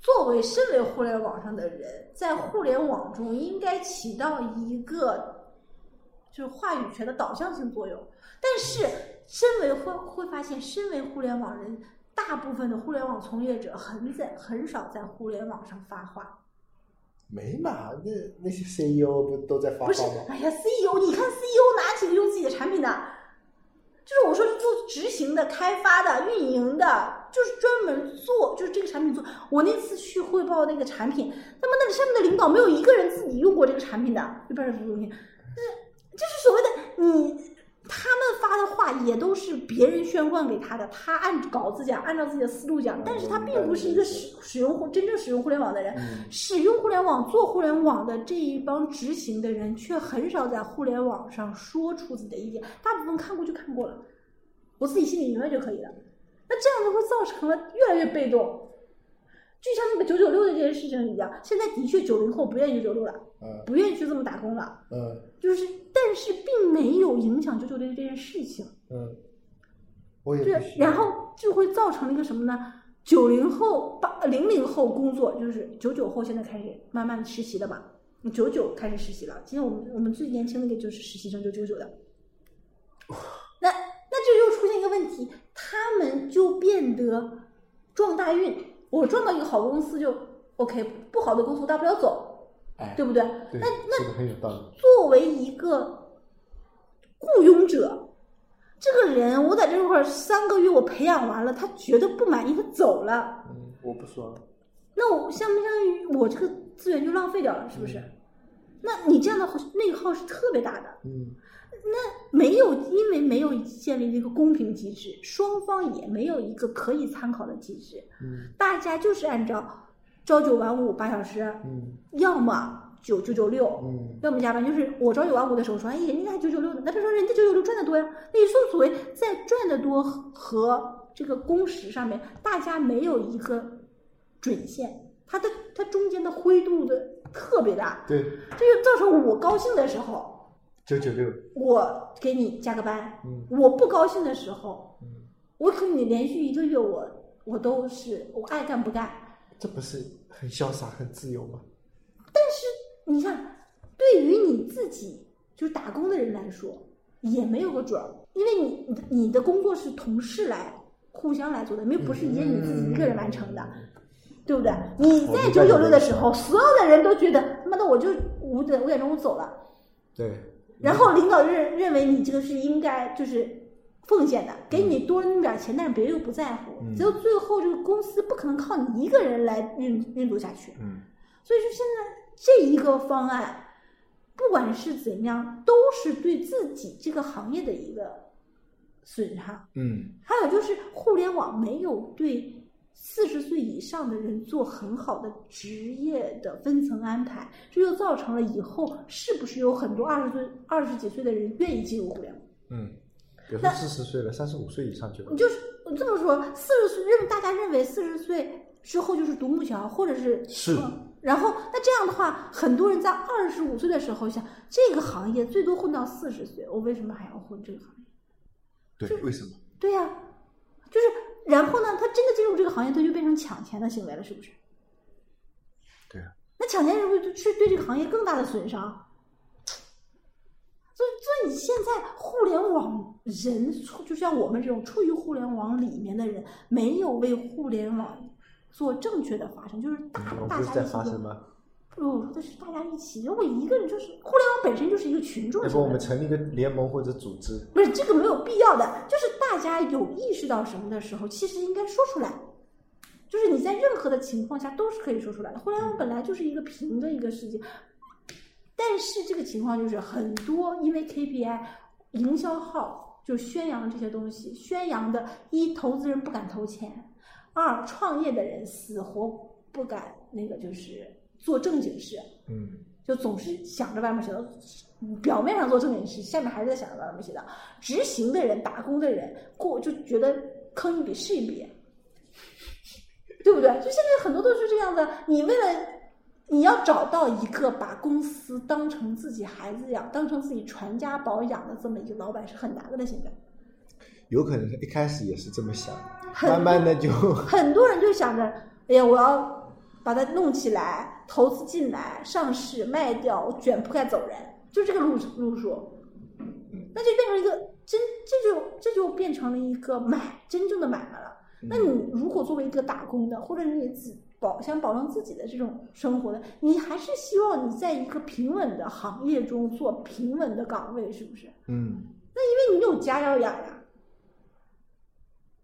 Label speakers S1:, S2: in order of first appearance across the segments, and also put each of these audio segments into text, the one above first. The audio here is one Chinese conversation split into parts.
S1: 作为身为互联网上的人，在互联网中应该起到一个就是话语权的导向性作用。但是，身为会会发现，身为互联网人，大部分的互联网从业者很在很少在互联网上发话。
S2: 没嘛，那那些 CEO 不都在发
S1: 不是
S2: 话吗？，
S1: 哎呀，CEO，你看 E CEO 哪几个用自己的产品的？就是我说做执行的、开发的、运营的，就是专门做，就是这个产品做。我那次去汇报那个产品，那么那个上面的领导没有一个人自己用过这个产品的，一般人不用用。这这是所谓的你，他们发的话也都是别人宣贯给他的，他按稿子讲，按照自己的思路讲，但是他并不是一个使使用互真正使用互联网的人，
S2: 嗯
S1: 使用互联网、做互联网的这一帮执行的人，却很少在互联网上说出自己的意见，大部分看过就看过了，我自己心里明白就可以了。那这样就会造成了越来越被动，就像那个九九六的这件事情一样，现在的确九零后不愿意九九六了，
S2: 嗯
S1: 不愿意去这么打工了，
S2: 嗯
S1: 就是但是并没有影响九九六这件事情。
S2: 嗯，我也必
S1: 对，
S2: 须。
S1: 然后就会造成了一个什么呢？九零后、八零零后工作，就是九九后现在开始慢慢实习的嘛，九九开始实习了。今天我们我们最年轻的一个就是实习生，就九九的。那那这就出现一个问题，他们就变得撞大运。我撞到一个好公司就 OK，不好的公司我大不了走，
S2: 哎，
S1: 对不对？
S2: 对，
S1: 那
S2: 说的很有道理。
S1: 作为一个雇佣者，这个人我在这块儿三个月我培养完了，他觉得不满意，他走了，
S2: 嗯，我不说了。
S1: 那我相不相于我这个资源就浪费掉了，是不是？
S2: 嗯
S1: 那你这样的内耗是特别大的，
S2: 嗯
S1: 没有因为没有建立一个公平机制，双方也没有一个可以参考的机制，
S2: 嗯
S1: 大家就是按照朝九晚五八小时，
S2: 嗯
S1: 要么九九九六，
S2: 嗯
S1: 要么加班，就是我朝九晚五的时候说，哎，人家九九六的，那别说人家九九六赚的多呀。那你说所谓在赚的多和这个工时上面，大家没有一个准线，它的它中间的灰度的特别大，
S2: 对，
S1: 这就造成我高兴的时候，
S2: 九九六。
S1: 我给你加个班；
S2: 嗯
S1: 我不高兴的时候，
S2: 嗯，
S1: 我可能连续一个月我我都是我爱干不干，
S2: 这不是很潇洒、很自由吗？
S1: 你看，对于你自己就是打工的人来说，也没有个准儿，因为你你的你的工作是同事来互相来做的，没有不是以你自己一个人完成的，对不对？你在
S2: 明白
S1: 九九六
S2: 这个
S1: 的时候，所有的人都觉得他妈的我就五点五点钟我走了，
S2: 对。
S1: 然后领导认认为你这个是应该就是奉献的，给你多那么点儿钱，但是别人又不在乎，
S2: 嗯
S1: 结果最后这个公司不可能靠你一个人来运运作下去。
S2: 嗯
S1: 所以说现在这一个方案，不管是怎样，都是对自己这个行业的一个损害。
S2: 嗯
S1: 还有就是互联网没有对四十岁以上的人做很好的职业的分层安排，这就造成了以后是不是有很多二十岁、二十几岁的人愿意进入互联网？
S2: 嗯，比如说
S1: 那
S2: 四十岁了，三十五岁以上就
S1: 你就是我这么说，四十岁认为大家认为四十岁之后就是独木桥，或者是
S2: 是
S1: 嗯然后那这样的话，很多人在二十五岁的时候想，这个行业最多混到四十岁，我为什么还要混这个行业？
S2: 对，为什么？
S1: 对呀、就是然后呢，他真的进入这个行业，他就变成抢钱的行为了，是不是？
S2: 对啊，
S1: 那抢钱是不是是对这个行业更大的损伤？所以，所以你现在互联网人处，就像我们这种处于互联网里面的人，没有为互联网做正确的发声，就是大
S2: 嗯我
S1: 大
S2: 不是
S1: 家
S2: 在
S1: 一起
S2: 发生
S1: 用。
S2: 吗？
S1: 不，我说的是大家一起，我一个人就是互联网本身就是一个群众
S2: 要
S1: 性
S2: 哎不我
S1: 的
S2: 们，成立一个联盟或者组织？
S1: 不是这个没有必要的，就是大家有意识到什么的时候，其实应该说出来。就是你在任何的情况下都是可以说出来的。互联网本来就是一个平的一个世界，但是这个情况就是很多因为 KPI 营销号就宣扬这些东西，宣扬的一投资人不敢投钱，二创业的人死活不敢那个就是做正经事，
S2: 嗯
S1: 就总是想着外面写的，表面上做正经事，下面还是在想着外面写的。执行的人、打工的人过就觉得坑一笔是一笔，对不对？就现在很多都是这样的。你为了你要找到一个把公司当成自己孩子养、当成自己传家宝养的这么一个老板是很难的现在。
S2: 有可能 一开始也是这么想的，
S1: 很
S2: 慢慢的就
S1: 很多人就想着，哎呀，我要把它弄起来，投资进来，上市卖掉，卷铺盖走人，就这个路路数，那就变成一个真，这就这就变成了一个买真正的买卖了。
S2: 嗯
S1: 那你如果作为一个打工的，或者你自保想保障自己的这种生活的，你还是希望你在一个平稳的行业中做平稳的岗位，是不是？
S2: 嗯，
S1: 那因为你有家要养呀。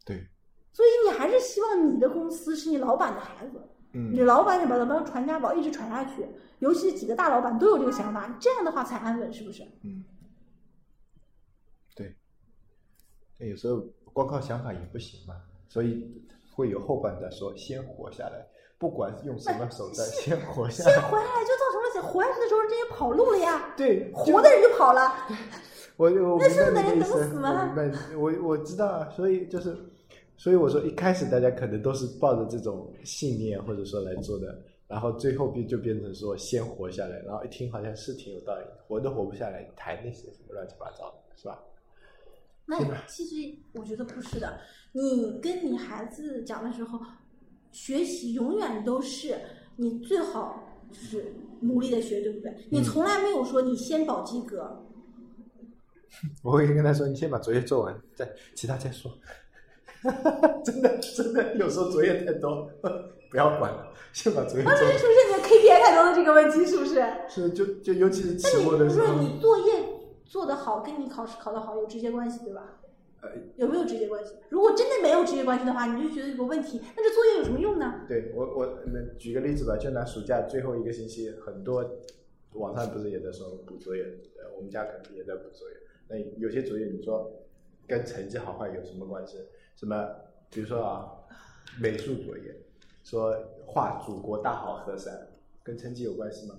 S2: 对，
S1: 所以你还是希望你的公司是你老板的孩子，
S2: 嗯
S1: 你老板得把它当传家宝一直传下去。尤其是几个大老板都有这个想法，这样的话才安稳，是不是？
S2: 嗯，对，有时候光靠想法也不行嘛，所以会有后半段说先活下来，不管用什么手段，先活下
S1: 先
S2: 来。
S1: 活下来就造成了想活下去的时候，这些跑路了 呀，
S2: 对，就
S1: 活的人就跑了。
S2: 我我
S1: 那
S2: 明
S1: 是不是
S2: 白
S1: 等
S2: 你的
S1: 于
S2: 意
S1: 等
S2: 思，我
S1: 死
S2: 明
S1: 吗
S2: 白你，我我知道啊，所以就是，所以我说一开始大家可能都是抱着这种信念或者说来做的，然后最后变就变成说先活下来，然后一听好像是挺有道理，活都活不下来，你谈那些什么乱七八糟的，是吧？
S1: 那其实我觉得不是的，你跟你孩子讲的时候，学习永远都是你最好就是努力的学，对不对？你从来没有说你先保及格，
S2: 我会跟他说，你先把作业做完，再其他再说。 真的真的，有时候作业太多， 不要管了，先把作业
S1: 当
S2: 做
S1: 时
S2: 完
S1: 是。不是你的 KPI 太多的这个问题，是不是？
S2: 是就就尤其是期
S1: 那你
S2: 末
S1: 不
S2: 的啊时
S1: 是
S2: 候，
S1: 你作业做得好，跟你考试考得好有直接关系，对吧？
S2: 呃
S1: 有没有直接关系？如果真的没有直接关系的话，你就觉得有个问题，那这作业有什么用呢？
S2: 对我我嗯举个例子吧，就拿暑假最后一个星期，很多网上不是也在说补作业，呃我们家肯定也在补作业。那有些作业你说跟成绩好坏有什么关系？什么比如说啊，美术作业，说画祖国大好河山，跟成绩有关系吗？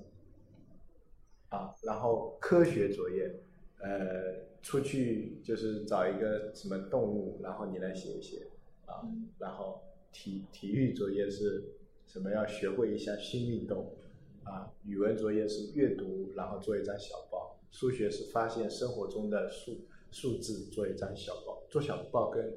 S2: 啊，然后科学作业，呃，出去就是找一个什么动物，然后你来写一写啊，然后体体育作业是什么？要学会一项新运动啊。语文作业是阅读，然后做一张小报。数学是发现生活中的数数字，做一张小报。做小报跟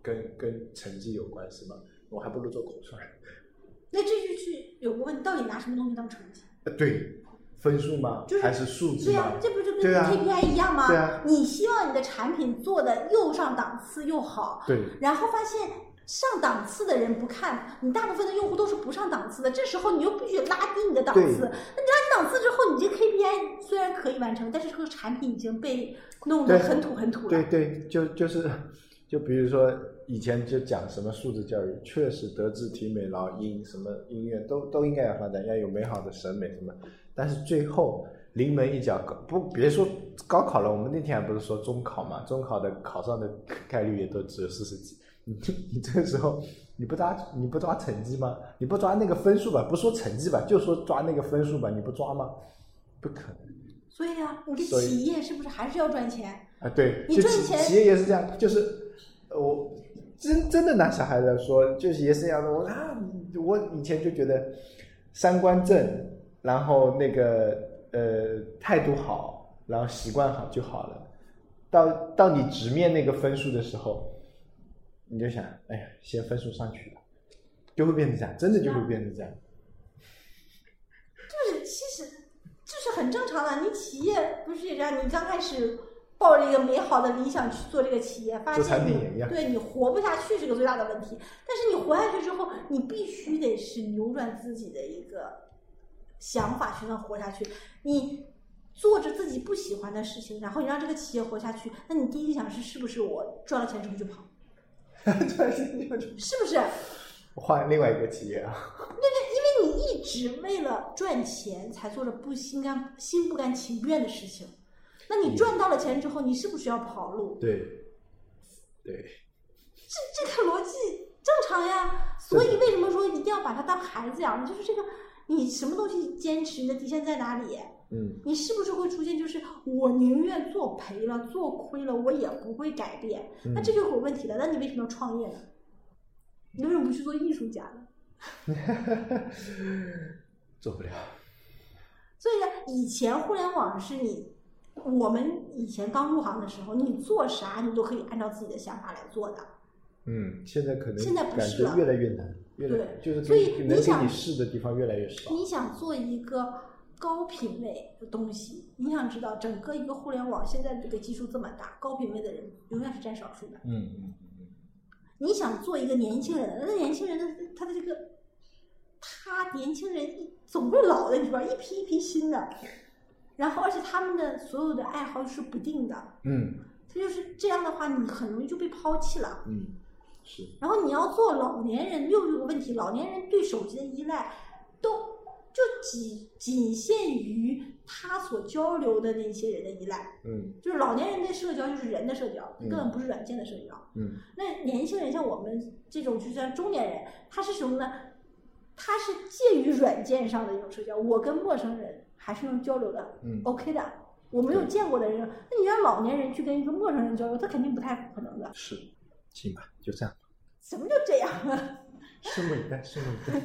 S2: 跟跟成绩有关系吗？我还不如做口算。
S1: 那这就是有个问题，到底拿什么东西当成绩？
S2: 呃对，分数吗？
S1: 就是
S2: 还是数字
S1: 对呀、
S2: 吗？
S1: 这不就跟
S2: 对啊
S1: KPI 一样吗？
S2: 对啊
S1: 你希望你的产品做的又上档次又好，
S2: 对
S1: 然后发现上档次的人不看，你大部分的用户都是不上档次的，这时候你又必须拉低你的档
S2: 对
S1: 次。那你拉低档次之后，你这 KPI 虽然可以完成，但是这个产品已经被弄得
S2: 对
S1: 很土很土了。
S2: 对对，就就是，就比如说以前就讲什么素质教育，确实德智体美劳音什么音乐都都应该要发展，要有美好的审美什么。但是最后临门一脚，高不别说高考了，我们那天还不是说中考嘛，中考的考上的概率也都只有四十几。你这你这时候你不抓你不抓成绩吗？你不抓那个分数吧？不说成绩吧，就说抓那个分数吧，你不抓吗？不可能
S1: 所以啊，你的
S2: 所以
S1: 企业是不是还是要赚钱？
S2: 啊！对，
S1: 你
S2: 就
S1: 赚
S2: 企
S1: 钱
S2: 企业也是这样，就是呃我真真的拿小孩来说，就是也是这样的。我啊，我以前就觉得三观正，然后那个呃态度好，然后习惯好就好了。到到你直面那个分数的时候，你就想，哎呀，先分数上去了，就会变成这样，真的就会变成这样。
S1: 就是其实就是很正常的，你企业不是也这样？你刚开始抱着一个美好的理想去做这个企业，发
S2: 做产
S1: 现
S2: 品也一
S1: 你
S2: 样
S1: 对你活不下去是个最大的问题。但是你活下去之后，你必须得是扭转自己的一个想法，才能活下去。你。做着自己不喜欢的事情，然后你让这个企业活下去，那你第一想是是不是我赚了钱之后就跑，啊
S2: 突然间就去
S1: 是不是？
S2: 换另外一个企业啊，
S1: 因为你一直为了赚钱才做着不心甘心不甘情不愿的事情，那你赚到了钱之后，你是不是要跑路？
S2: 对，对。
S1: 嗯这这个逻辑正常呀。所以为什么说一定要把它当孩子养？就是这个，你什么东西坚持，你的底线在哪里？
S2: 嗯，
S1: 你是不是会出现就是我宁愿做赔了、做亏了，我也不会改变？那
S2: 嗯
S1: 这就是有问题的。那你为什么要创业呢？你为什么不去做艺术家呢？
S2: 做不了。
S1: 所以呢，以前互联网是你，我们以前刚入行的时候，你做啥你都可以按照自己的想法来做的。
S2: 嗯，现在可能
S1: 现在不
S2: 感
S1: 是
S2: 觉
S1: 了
S2: 越来越难。越来
S1: 对
S2: 就是
S1: 所以
S2: 给
S1: 你
S2: 能给
S1: 想
S2: 你试的地方越来越少。
S1: 你想做一个高品位的东西，你想知道整个一个互联网现在这个基数这么大，高品位的人永远是占少数的。
S2: 嗯嗯嗯嗯，
S1: 你想做一个年轻人，那年轻人的他的这个，他年轻人一总会老的，你知道吧，一批一批新的，然后而且他们的所有的爱好是不定的，
S2: 嗯
S1: 他就是这样的话，你很容易就被抛弃了。
S2: 嗯，是，
S1: 然后你要做老年人，又有个问题，老年人对手机的依赖都就仅仅限于他所交流的那些人的依赖，
S2: 嗯
S1: 就是老年人的社交就是人的社交，
S2: 嗯
S1: 根本不是软件的社交。
S2: 嗯
S1: 那年轻人像我们这种就算中年人，他是什么呢？他是介于软件上的一种社交，我跟陌生人还是用交流的、
S2: 嗯
S1: o k 的。我没有见过的人，那你让老年人去跟一个陌生人交流，他肯定不太可能的。
S2: 是，行吧，就这样，
S1: 什么就这样啊？
S2: 拭目以待，拭目以待。